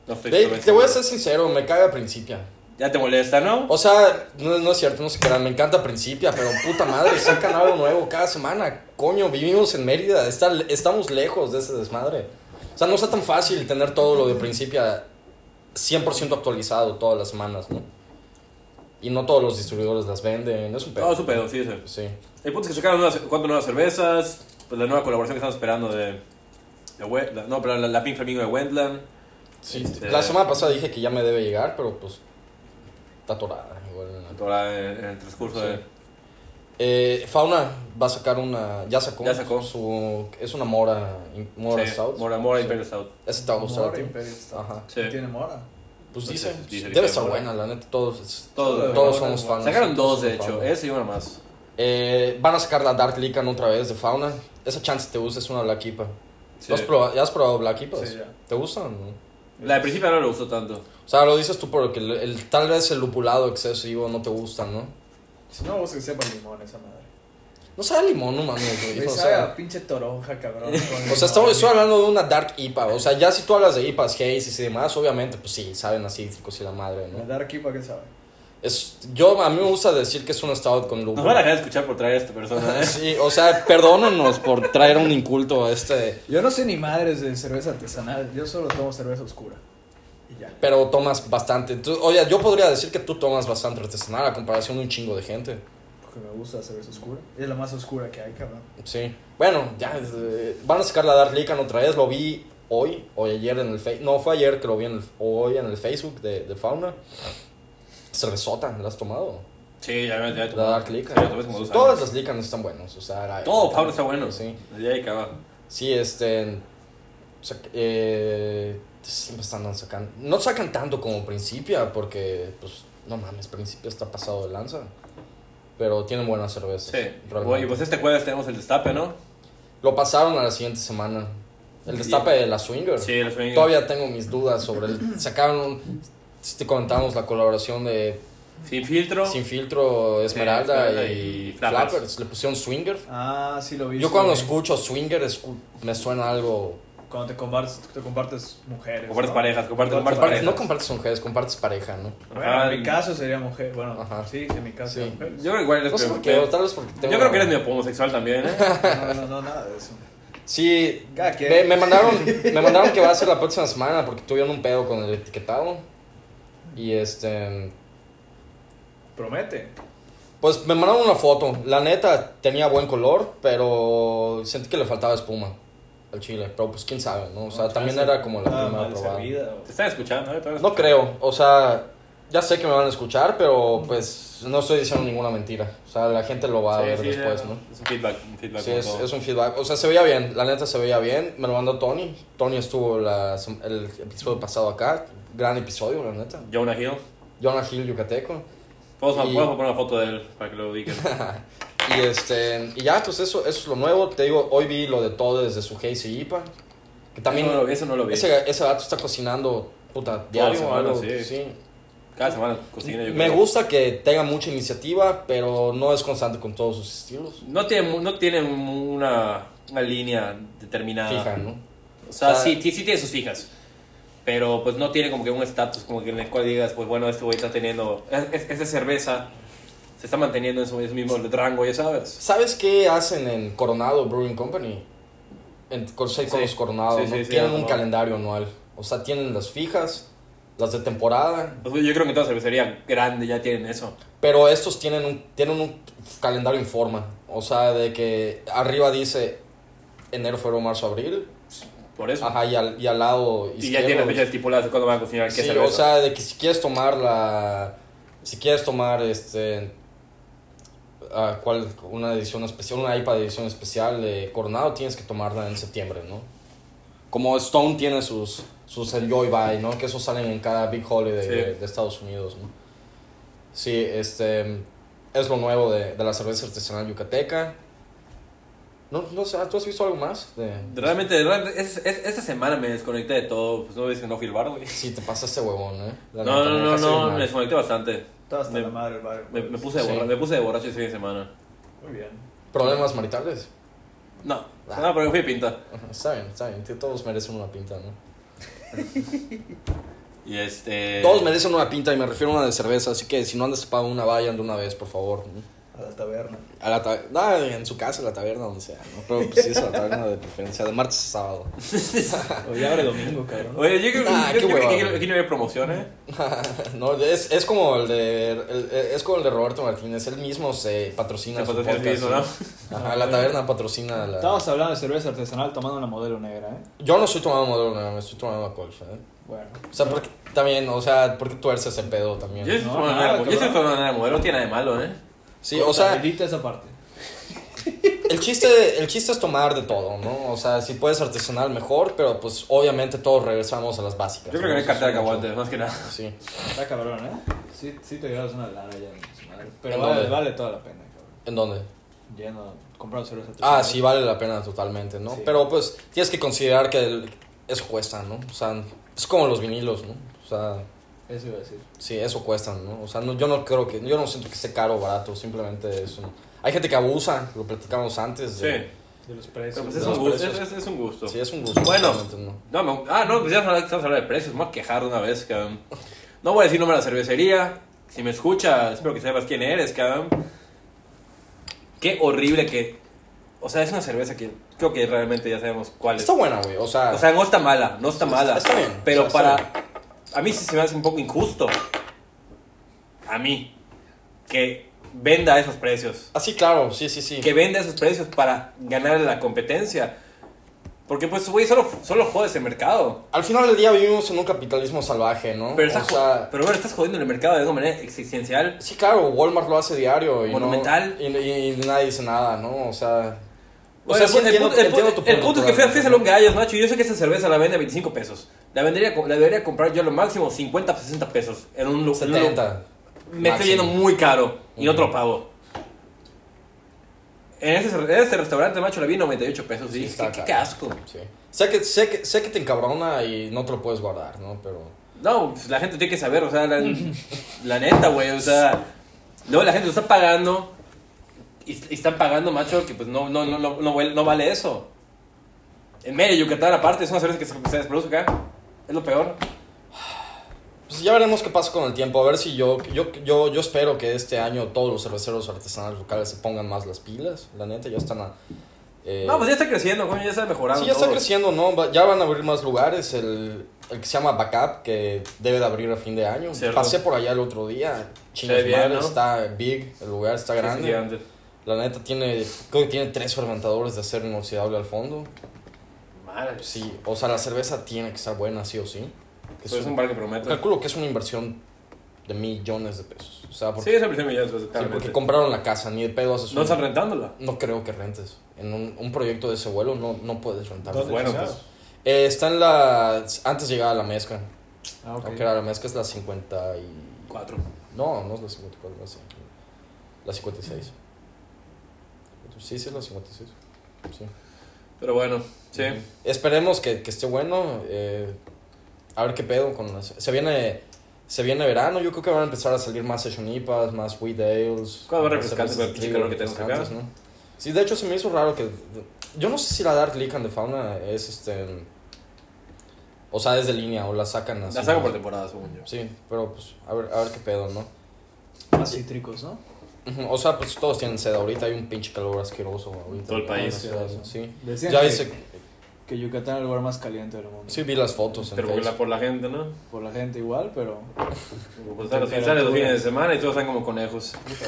No estoy Ey, totalmente te voy a ser seguro. sincero, me caga Principia. Ya te molesta, ¿no? O sea, no, no es cierto, no se crean, me encanta Principia, pero puta madre, sacan algo nuevo cada semana. Coño, vivimos en Mérida, está- estamos lejos de ese desmadre. O sea, no está tan fácil tener todo lo de Principia 100% actualizado todas las semanas, ¿no? Y no todos los distribuidores las venden, es un pedo. No, es un pedo, sí, es el. Sí. El punto es que sacaron unas, cuatro nuevas cervezas, pues la nueva colaboración que estamos esperando de. de We- la- no, pero la, la Pink Flamingo de Wendland. Sí, Este- La semana pasada dije que ya me debe llegar, pero pues está atorada. igual en la- Ahora en, en el transcurso Sí. de. Eh, Fauna va a sacar una. Ya sacó. Ya sacó. Su, es una mora. Mora sí, Stout. Mora, Mora Sí. Imperial Stout. Ese te va a gustar a ti. Ajá. Ajá. Sí. Tiene mora. Pues Pues dice. sí, dice que debe es estar mora. buena, la neta. Todos, Todos- todos, somos fans. Sacaron dos, todos de somos hecho. fans. Ese y una más. Eh, van a sacar la Dark Lican otra vez de Fauna. Esa chance te gusta, es una Black Ipa. Sí. ¿Lo has probado- ¿Ya has probado Black Ipas? Sí, ya. ¿Te gustan? no? La de principio no le gustó tanto. O sea, lo dices tú porque el, el- tal vez el lupulado excesivo no te gusta, ¿no? Si no, vos que sepa limón esa madre. No sabe a limón, no mames, güey. Me O sabe sea, a pinche toronja, cabrón. con O sea, limón. estamos, estoy hablando de una dark IPA. O sea, ya si tú hablas de IPAs, Haze y demás, obviamente, pues sí, saben así, cítricos y la madre, Me ¿no? da aquí para que sabe. Es, yo, a mí me gusta decir que es un stout con Nos lúpulo. van a dejar de escuchar por traer a esta persona. ¿eh? Sí, o sea, perdónanos por traer un inculto a este... Yo no sé ni madres de cerveza artesanal. Yo solo tomo cerveza oscura. Y ya. Pero tomas bastante. Tú- oye, yo podría decir que tú tomas bastante artesanal a comparación de un chingo de gente. Porque me gusta la cerveza oscura. Es la más oscura que hay, cabrón. Sí. Bueno, ya. eh, van a sacar la Dark Lican otra vez. Lo vi hoy o ayer en el Facebook. No, fue ayer que lo vi en el- hoy en el Facebook de, de Fauna. Cervezota, ¿la has tomado? Sí, ya me ya me La tomé. Dark Sí, la tomé como dos Todas años. las Lican están buenas. O sea, la- Todo, Pablo está bueno. Sí, Ya ahí acaba. sí este. o sea, eh, siempre están sacando. No sacan tanto como Principia, porque, pues, no mames, Principia está pasado de lanza. Pero tienen buena cerveza. Sí. Oye, pues este jueves tenemos el destape, ¿no? Lo pasaron a la siguiente semana. El destape de la Swinger. Sí, el swing. Todavía tengo mis dudas sobre el. Sacaron. un- si te comentamos la colaboración de Sin filtro. Sin Filtro, Esmeralda Esmeralda y, y Flappers. Flappers. Le pusieron Swinger. Ah, sí lo vi. Yo cuando sí. escucho Swinger escu- me suena algo. Cuando te compartes, te compartes mujeres. Compartes ¿no? parejas, compartes, compartes Compartes- parejas. Ah, no compartes mujeres, compartes pareja, ¿no? Bueno, Ajá. en mi caso sería mujer. Bueno, Ajá. sí, en mi caso Sí. sería mujer. Yo creo que igual eres No sé por qué, medio- Pues, o tal vez porque tengo. Yo creo que eres medio homosexual también, ¿eh? No, no, no, nada de eso. Sí, Cada quien. me, me mandaron, me mandaron que va a ser la próxima semana porque tuvieron un pedo con el etiquetado. Y este. Promete. Pues me mandaron una foto. La neta tenía buen color, pero sentí que le faltaba espuma al chile. Pero pues quién sabe, ¿no? O sea, No, también chance. era como la Ah, Nada primera mal probada. servida, o- Te están escuchando, ¿eh? Todavía No están creo, escuchando. o sea, ya sé que me van a escuchar, pero pues no estoy diciendo ninguna mentira. O sea, la gente lo va a Sí, ver sí, después, ya. ¿no? Es un feedback, un feedback. Sí, como es, todo. es un feedback. O sea, se veía bien, la neta se veía bien. Me lo mandó Tony. Tony estuvo la sem- el episodio pasado acá. Gran episodio, la neta. Jonah Hill. Jonah Hill, yucateco. Podemos Y- podemos poner una foto de él para que lo ubiquen. Y este y ya, pues eso, eso es lo nuevo. Te digo, hoy vi lo de todo desde su Haze y IPA. Que también Eso no lo vi, eso no lo vi. ese, ese gato está cocinando, puta, diario. semana, algo, sí. sí. Cada semana cocina, yo Me creo. gusta que tenga mucha iniciativa, pero no es constante con todos sus estilos. No tiene, mu- no tiene mu- una, una línea determinada. Fija, ¿no? O sea, O sea, sí, sí, sí tiene sus fijas. Pero pues no tiene como que un estatus como que en el cual digas, pues bueno, este güey está teniendo. es- es- Esta cerveza se está manteniendo en su en su mismo rango, ya sabes. ¿Sabes qué hacen en Coronado Brewing Company? En, con, sé con Sí. los Coronados, Sí, sí, ¿no? sí, tienen ya, un no. calendario anual. O sea, tienen las fijas, las de temporada, Pues, yo creo que toda cervecería grande ya tienen eso. pero estos tienen un, tienen un calendario en forma. O sea, de que arriba dice enero, febrero, marzo, abril. Por eso. Ajá, y al, y al lado y ya tienen fechas estipuladas de cuándo van a cocinar qué Sí, cerveza. o sea, de que si quieres tomar la. Si quieres tomar este. ah, ¿Cuál? Una edición especial, una IPA de edición especial de Coronado, tienes que tomarla en septiembre, ¿no? Como Stone tiene sus, sus Enjoy By, ¿no? Que esos salen en cada Big Holiday Sí. de, de Estados Unidos, ¿no? Sí, este. Es lo nuevo de, de la cerveza artesanal yucateca. No, no sé, ¿tú has visto algo más? De, Realmente, realmente es- es- esta semana me desconecté de todo. Pues no ves que no fui al bar, güey. Sí, te pasaste huevón, ¿eh? La No, neta, no, me no, dejaste no, bien me mal. desconecté bastante. Estaba hasta Me- la madre el barrio. Me, me puse de Sí. borra- me puse de borracho ese fin de semana. Muy bien. Problemas maritales. No, Ah, no, pero fui a pintar. Está bien, está bien. tío, Todos merecen una pinta, ¿no? Y este. Eh, Todos merecen una pinta y me refiero a una de cerveza. Así que si no han destapado una, vayan de una vez, por favor. ¿no? A la taberna. A la ta- no, en su casa, en la taberna, donde sea. ¿no? Pero pues, sí es la taberna de preferencia, de martes a sábado. Hoy abre domingo, cabrón. Oye, yo creo yo- Ah, yo qué creo que hueva, aquí, güey. aquí no hay promoción, ¿eh? No, es, es como el de el- es como el de Roberto Martínez, él mismo se patrocina Se su patrocina el podcast, mismo, ¿no? ¿no? Ajá, la taberna patrocina la- Estábamos hablando de cerveza artesanal tomando una modelo negra, ¿eh? Yo no estoy tomando modelo nada, me estoy tomando colfa, ¿eh? Bueno. O sea, porque también, o sea, porque tuerces el pedo también. Yo estoy No, formando nada, nada, yo estoy cabrón. formando nada de modelo, no tiene nada de malo, ¿eh? Sí, o sea, Edita esa parte. el chiste, el chiste es tomar de todo, ¿no? O sea, si puedes artesanal mejor, pero pues obviamente todos regresamos a las básicas. Yo creo que no hay Eso carta de es mucho. caguantes, más que nada. Sí. Está cabrón, ¿eh? Sí, sí te llevas una lana ya. su madre. Pero ¿En vale, dónde? vale toda la pena, cabrón. ¿En dónde? Ya no comprar cerveza artesanal. Ah, sí, vale la pena totalmente, ¿no? Sí. Pero pues tienes que considerar que el- eso cuesta, ¿no? O sea, es como los vinilos, ¿no? O sea, Eso iba a decir. sí, eso cuesta, ¿no? O sea, no- yo no creo que, yo no siento que esté caro o barato, simplemente eso. Hay gente que abusa, lo platicamos antes. Sí. de- De los Pero precios. pues es los un gusto. Es, precios. es- es un gusto. sí, es un gusto. Bueno. realmente, ¿no? No, me- ah, no, pues ya estamos hablando de precios. Me voy a quejar de una vez, cabrón. No voy a decir nombre de la cervecería. Si me escuchas, espero que sepas quién eres, cabrón. Qué horrible que. O sea, es una cerveza que creo que realmente ya sabemos cuál es. Está buena, güey, o sea, O sea, no está mala, no está mala. está bien, Pero está para. bien. A mí sí se me hace un poco injusto. A mí. Que venda a esos precios. así claro, sí, sí, sí. Que venda a esos precios para ganar la competencia. Porque, pues, güey, solo, solo jodes el mercado. Al final del día vivimos en un capitalismo salvaje, ¿no? Pero, o estás, sea, jo- pero, bueno, estás jodiendo el mercado de una manera existencial. sí, claro, Walmart lo hace diario. Y no- Monumental. y, y- y nadie dice nada, ¿no? O sea... O sea, sí el, entiendo- punto, el punto- entiendo tu el punto es que fui a- fui realmente, a ¿no? Salón Gallos, macho. y Yo sé que esa cerveza la vende a 25 pesos. La, vendería, co- la debería comprar yo a lo máximo 50 o 60 pesos. En un, lu- en un lu- 70. Me estoy Máximo. yendo muy caro y no te lo Ujú. pago. En ese, en ese restaurante, macho, la vi en 98 pesos. Sí, y dije, está qué, qué caro. asco. Sí. Sé que, sé, que, sé que te encabrona y no te lo puedes guardar, ¿no? Pero. No, pues, la gente tiene que saber, o sea, la, la neta, güey, o sea. Luego la gente lo está pagando y, y están pagando, macho, que pues no, no, no, no, no, vale- no vale eso. En medio de Yucatán, aparte, es una cerveza que se, se desproduce acá. Es lo peor. Pues ya veremos qué pasa con el tiempo. A ver si yo, yo, yo, yo espero que este año todos los cerveceros artesanales locales se pongan más las pilas. La neta, ya están a. eh, No, pues ya está creciendo, coño, ya está mejorando. Sí, ya está todo. creciendo, ¿no? Va- Ya van a abrir más lugares. El, el que se llama Backup, que debe de abrir a fin de año. Cierto. Pasé por allá el otro día. Chingas Se ve bien, madre, ¿no? está big, el lugar está Sí, sí, grande. gigante. La neta tiene, creo que tiene tres fermentadores de acero inoxidable al fondo. Madre, sí. Sí, o sea, la cerveza tiene que estar buena, sí o sí. Que es Pues es un- un bar que promete. calculo que es una inversión de millones de pesos. O sea, Sí, porque, es el primer millón, sí, totalmente. porque compraron la casa, ni de pedo haces No un- están rentándola. No creo que rentes. En un, un proyecto de ese vuelo no, no puedes rentar. ¿Dónde Bueno, empezaba? pues. Eh, está en la... Antes llegaba la mezcla. pues. Ah, ok. Aunque era la mezcla es la 50 y... Cuatro. No, no es la 54, no sé. La 56. Sí, sí es la 56. Sí. Pero bueno, sí. Ujú. Esperemos que, que esté bueno. eh, a ver qué pedo con las. Se viene. Se viene verano, yo creo que van a empezar a salir más Session IPAs, más Wheat Ales. ¿Cuál va más refrescante, cervezas güey? de Pinche trigo, calor que tenemos acá. refrescantes, ¿no? Sí, de hecho se me hizo raro que. Yo no sé si la Dark League and the Fauna es este. O sea, es de línea o la sacan así. La saco por temporada, según yo. Sí, pero pues a ver, a ver qué pedo, ¿no? Más cítricos, ¿no? Ujú, O sea, pues todos tienen sed ahorita, hay un pinche calor asqueroso ahorita. Todo el en país. la ciudad, Sí. Decían Ya que, dice. que Yucatán es el lugar más caliente del mundo. Sí, vi las fotos. en Pero porque Facebook. la, por la gente, ¿no? Por la gente igual, pero... Pues sales los fines de semana y todos están como conejos. Pues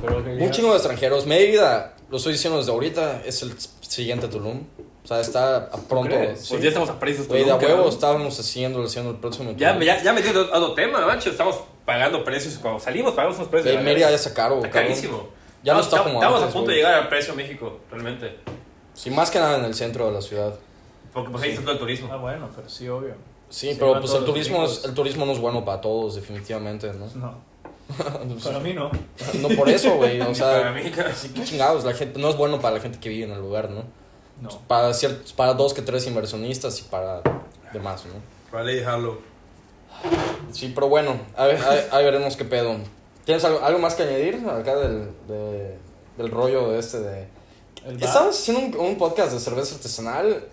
pero que Un chingo de extranjeros. Mérida, lo estoy diciendo desde ahorita, es el siguiente Tulum. O sea, está a pronto. crees? Sí. Pues ya estamos a precios. Güey, de a Toluca, huevo ¿no? estábamos haciendo, haciendo el próximo. Ya, Tulum. ya, ya metido a otro tema, macho. Estamos pagando precios. Cuando salimos, pagamos unos precios. Güey, Mérida ya está caro, Está cabrón. carísimo. Ya no Estamos- está como Estamos a antes, punto de güey. llegar al precio México, realmente. Sí, más que nada en el centro de la ciudad. Porque pues ahí está todo el Ah, turismo. bueno, pero sí, obvio. Sí, Sí, pero van pues todos el los turismo, es, ricos. el turismo no es bueno para todos, definitivamente, ¿no? No, Pues, para mí no. no por eso, güey. O Ni para sea, mí, cara. sí, qué chingados, la gente, no es bueno para la gente que vive en el lugar, ¿no? No. Para, ciertos, para dos que tres inversionistas y para demás, ¿no? Vale, dejarlo. Sí, pero bueno, a ver, ahí- ahí veremos qué pedo. ¿Tienes algo, algo más que añadir acá del, de- del rollo este de... El bar. Estábamos haciendo un, un podcast de cerveza artesanal.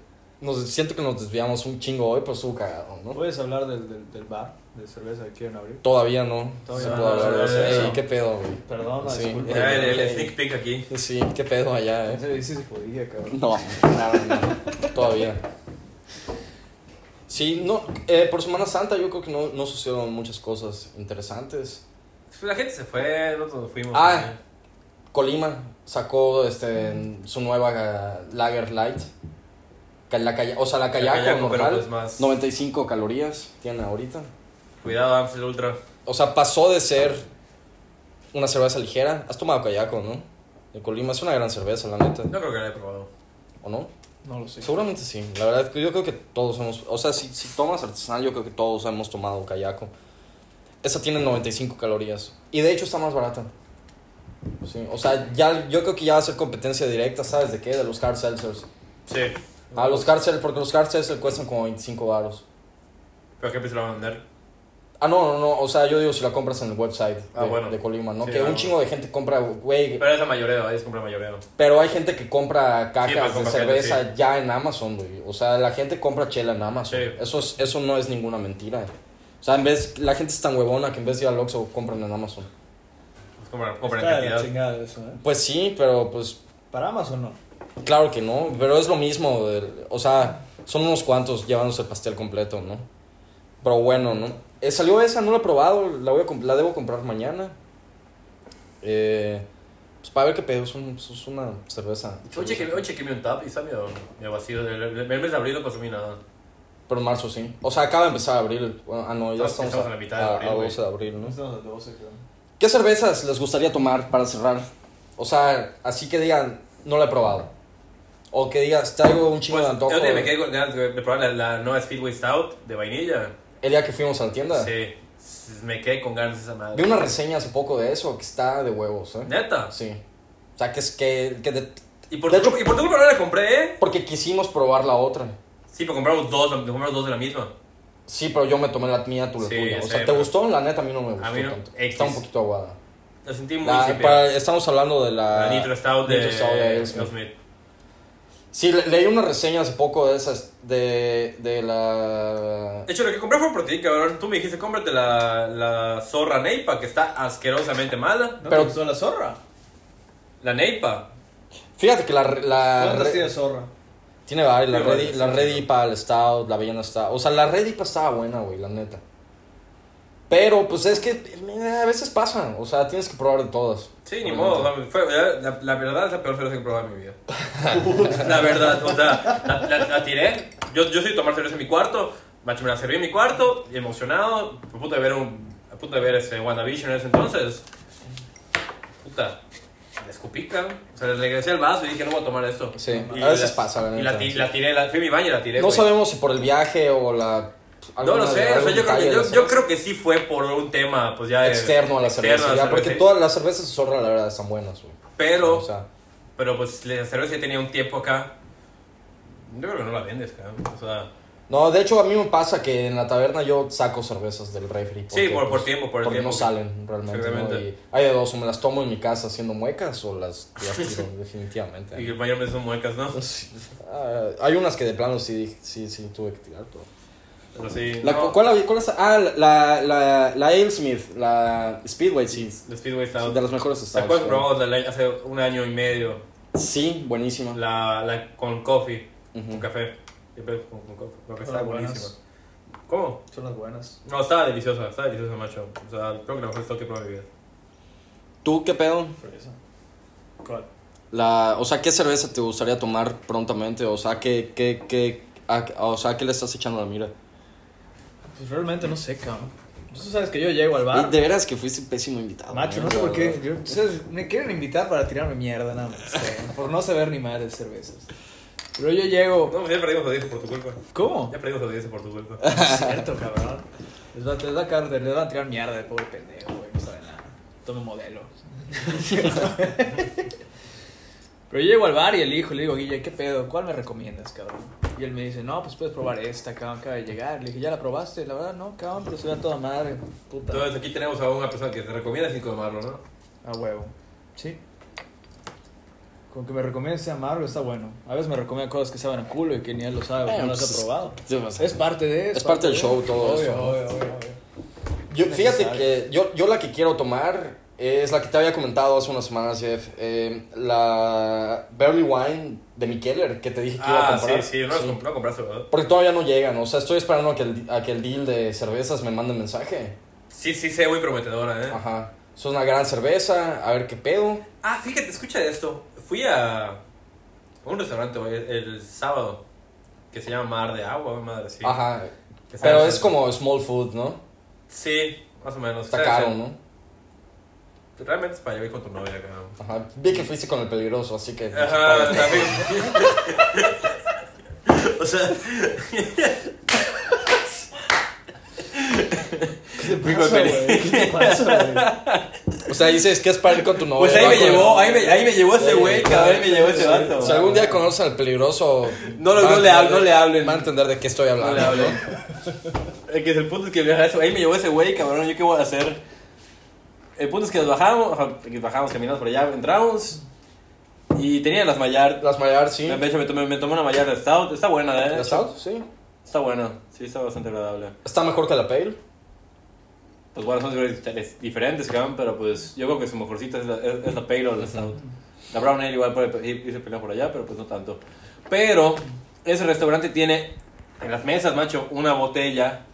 Nos, siento que nos desviamos un chingo hoy, pero estuvo cagado, ¿no? ¿Puedes hablar del, del, del bar de cerveza que quieren abrir? Todavía no. Todavía se no, puede no, hablar de no, eso. no, Ey, no. qué pedo, güey. Perdón, Sí. disculpa. Era el, el sneak peek aquí. Sí, qué pedo allá, eh. Ese- ese se podía, cabrón. No, nada, no, todavía. Sí, no, eh, por Semana Santa yo creo que no, no sucedieron muchas cosas interesantes. Pues La gente se fue, nosotros nos fuimos. Ah. Colima sacó este, su nueva eh, Lager Light. Ca- La calla- o sea, la Kayaco, Kayako pero normal, pues más. 95 calorías tiene ahorita. Cuidado, Amstel Ultra. O sea, pasó de ser una cerveza ligera. Has tomado Kayako, ¿no? De Colima es una gran cerveza, la neta. No creo que la he probado. ¿O no? No lo sé. Seguramente sí. La verdad, es que yo creo que todos hemos. O sea, si, si tomas artesanal, yo creo que todos hemos tomado Kayako. Esa tiene 95 calorías. Y de hecho está más barata. Sí, o sea, ya, yo creo que ya va a ser competencia directa, ¿sabes de qué? De los hard seltzers. Sí. A los hard seltzers, porque los hard seltzers cuestan como 25 baros. ¿Pero qué precio la van a vender? Ah, no, no, no. O sea, yo digo si la compras en el website de, Ah, bueno. de Colima, ¿no? Sí, que ah, un bueno. chingo de gente compra, güey. Pero es la mayoreo, ahí se compra mayoreo. Pero hay gente que compra pero cajas de pues, compra cerveza cajas, ya en Amazon, güey. O sea, la gente compra chela en Amazon. Sí. Eso, es- eso no es ninguna mentira. O sea, en vez, la gente es tan huevona que en vez de ir al Oxxo compran en Amazon. Pues compran, compran en Está de la cantidad. chingada eso, ¿eh? Pues sí, pero pues ¿Para Amazon no? claro que no. Pero es lo mismo. del- o sea, son unos cuantos llevándose el pastel completo, ¿no? Pero bueno, ¿no? Eh, salió esa, no la he probado. La, voy a comp- la debo comprar mañana. Eh, pues para ver qué pedo. Es, un- es una cerveza. Hoy chequeé, hoy chequeé mi tap y está medio, medio vacío. El, el- el mes de abril no consumí nada. Pero en marzo sí. O sea, acaba de empezar abril. Bueno, ah, no, ya Estamos- estamos, estamos en la mitad de a- abril, a güey. 12 de abril, ¿no? No estamos a 12, cabrón. ¿Qué cervezas les gustaría tomar para cerrar? O sea, así que digan, no la he probado. O que digas, traigo un chingo Pues, de el antojo. otro día me quedé con ganas de de probar la, la nueva Speedway Stout de vainilla. El día que fuimos a la tienda. Sí. S- Me quedé con ganas de esa Vi madre. una reseña hace poco de eso que está de huevos, ¿eh? ¿Neta? Sí. O sea, que es que... que de- Y por, De tu, hecho- y por tu culpa no la compré, ¿eh? porque quisimos probar la otra. Sí, pero compramos dos, compramos dos de la misma. Sí, pero yo me tomé la mía, tú la Sí, tuya. O ya sea, sé, ¿te pero- gustó? La neta, a mí no me gustó mí no. tanto. X. Está un poquito aguada. La sentí muy La- insípida. para- estamos hablando de la... La Nitro Stout de, Nitro Stout de de Ale Smith. Smith. Sí, le- leí una reseña hace poco de esas, de, de la... De hecho, lo que compré fue por ti, cabrón. Tú me dijiste, cómprate la, la zorra Neipa, que está asquerosamente mala. ¿No Pero- te gustó la zorra? La Neipa. Fíjate que la... la ¿Cuántas Ah, re- tiene zorra? tiene varias, la Tiene Red, varias, la sí. Red IPA, el Stout, la Bellana Stout. O sea, la Red IPA estaba buena, güey, la neta. Pero, pues, es que mira, a veces pasa. O sea, tienes que probar de todas. Sí, ni Obviamente. modo. o sea, fue- la, la verdad es la peor cerveza que he probado en mi vida. la verdad, o sea, la, la- la tiré. Yo, yo soy de tomar cerveza en mi cuarto. Macho, me la serví en mi cuarto, emocionado. A punto de ver, un, a punto de ver ese WandaVision en ese entonces. Puta, la escupí, cabrón. O sea, le regresé el vaso y dije, no voy a tomar esto. Sí, Y a veces la- pasa, la Y la, neta. ti- la tiré, la, fui a mi baño y la tiré. no güey. sabemos si por el viaje o la... No lo alguna- sé, o sea, algún yo creo, que, detalle yo, de yo esas. creo que sí fue por un tema, pues ya... eh, Externo a la externo cerveza. ya, porque cerveza. todas las cervezas de zorra, la verdad, están buenas, güey. Pero, O sea, pero pues la cerveza ya tenía un tiempo acá. Yo creo que no la vendes, cabrón. O sea, No, de hecho a mí me pasa que en la taberna yo saco cervezas del refri. Sí, por- por pues, tiempo, por el porque tiempo no que- salen realmente. ¿no? Exactamente. Y hay de dos, o me las tomo en mi casa haciendo muecas o las, las tiro definitivamente. y mayormente son muecas, ¿no? Pues Ah, hay unas que de plano sí, sí, sí tuve que tirar todo. Pero sí. La- no, ¿Cuál había- cuál es? Ah, la, la, la Alesmith, la Speedway, sí. sí, La Speedway Stout. de las mejores ¿Se estados. acuerdan que probamos la- la- hace un año y medio? Sí, buenísima. La, la con coffee, Ah. Ujú. con café. Siempre con, con coffee, porque Hola, estaba buenas. buenísima. ¿Cómo? Son las buenas. No, estaba deliciosa, estaba deliciosa, macho. O sea, creo que la mejor Stout que he probado en mi vida. ¿Tú qué pedo? Fresa. ¿Cuál? La, o sea, ¿qué cerveza te gustaría tomar prontamente? O sea, ¿qué, qué, qué, a- o sea, ¿qué le estás echando a la mira? Pues realmente no sé, cabrón. Tú sabes que yo llego al bar. Y de veras que fuiste un pésimo invitado. Macho, ¿eh? no sé La por qué. verdad. yo- ustedes me quieren invitar para tirarme mierda, nada más. cabrón, por no saber ni madre de cervezas. Pero yo llego. No, pues ya perdimos audiencia por tu culpa. ¿Cómo? Ya perdimos audiencia por tu culpa. Es cierto, cabrón. Les va, les va a caer- les van a tirar mierda el pobre pendejo, güey. No sabe nada. Tome modelo. Pero yo llego al bar y elijo, le digo, Guille, ¿qué pedo? ¿Cuál me recomiendas, cabrón? Y él me dice, no, pues puedes probar esta, cabrón, acaba de llegar. Le dije, ¿ya la probaste? La verdad, no, cabrón, pero se ve a toda madre, puta. Entonces aquí tenemos a una persona que te recomienda sin tomarlo, ¿no? A huevo. Sí. Con que me recomienden sea amargo está bueno. A veces me recomiendan cosas que saben a culo y que ni él lo sabe, Eh, no las pues, ha probado. Sí, o sea, Es parte de Es parte del de- show, todo Obvio, eso. obvio, obvio, obvio. Yo, fíjate necesario. que yo, yo la que quiero tomar es la que te había comentado hace unas semanas, Jeff. eh, la Barley Wine de Mikeller, que te dije que iba a Ah, sí, comprar. sí, no, lo no compraste, ¿verdad? Porque todavía no llegan, o sea, estoy esperando a que el, a que el deal de cervezas me mande mensaje. Sí, sí, se ve muy prometedora, ¿eh? Ajá. Es una gran cerveza, a ver qué pedo. Ah, fíjate, escucha esto. Fui a un restaurante güey, el sábado que se llama Mar de Agua, madre, sí. Ajá. Que está Pero en- es como small food, ¿no? Sí, más o menos. Está Está caro, bien. ¿no? Realmente es para llevar con tu novia, cabrón. Ajá. Vi que fuiste con el peligroso, así que... Ajá, también. o sea. ¿Qué te pasa, güey? ¿Qué te pasa, güey? O sea, dices que es para ir con tu novia. Pues ahí va me con el- llevó, ahí me, ahí me llevó ese Sí, güey, cabrón, ahí me llevó ese vato. Si algún día conoces al peligroso... No, no, van a no le hab- no entender- le hablen. Van a entender de qué estoy No hablando. le hablen. El que es el punto es que viaja eso. Ahí me llevó ese güey, cabrón. ¿Yo qué voy a hacer? El punto es que nos bajamos, ajá, que bajamos, caminamos por allá, entramos. Y tenía las Mayard. Las Mayar, sí. De hecho, me tomé, me tomé una Mayard de Stout. Está buena, ¿eh? ¿Las out? Sí. Está buena. Sí, está bastante agradable. Está mejor que la Pale. Pues bueno, son diferentes- diferentes, cabrón. Pero pues yo creo que su mejorcita es la, es, es la Pale o la Stout. La Brown Ale igual por- hice pelea por allá, pero pues no tanto. Pero ese restaurante tiene en las mesas, macho, una botella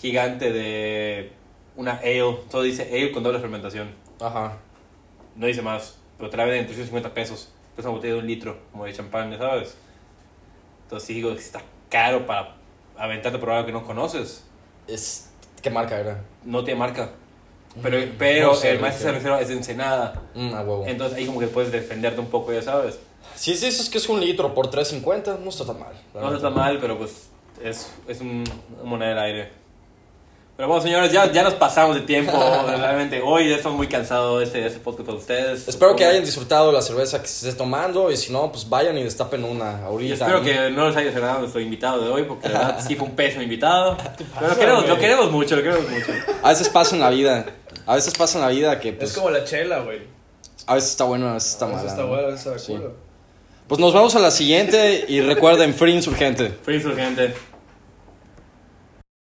gigante de una ale. Todo dice ale con doble fermentación. Ajá. No dice más. Pero te la venden en 350 pesos. Es una botella de un litro, como de champán, ya ¿sabes? Entonces sí digo que está caro para aventarte a probar algo que no conoces. Es... ¿Qué marca era? No tiene marca. Pero, pero Mm. No sé, el maestro no sé. cervecero es de Ensenada. Mm, a huevo. Entonces ahí como que puedes defenderte un poco, ya sabes. Si es eso, es que es un litro por 3.50, no está tan mal. la No neta. está mal, pero pues es, es un, una moneda del aire. Pero bueno, señores, ya, ya nos pasamos de tiempo. Realmente hoy ya estamos muy cansados de este, de este podcast con ustedes. Espero que hayan disfrutado la cerveza que se esté tomando y si no, pues vayan y destapen una Y ahorita. espero ¿no? que no les haya agradado nuestro invitado de hoy, porque la verdad sí fue un pésimo invitado. Pero lo queremos, lo queremos mucho, lo queremos mucho. A veces pasa en la vida. A veces pasa en la vida que Es pues, como la chela, güey. a veces está bueno, a veces está Eso mal. está bueno, eso está culo. Pues nos vemos a la siguiente y recuerden, free insurgente. Free gente.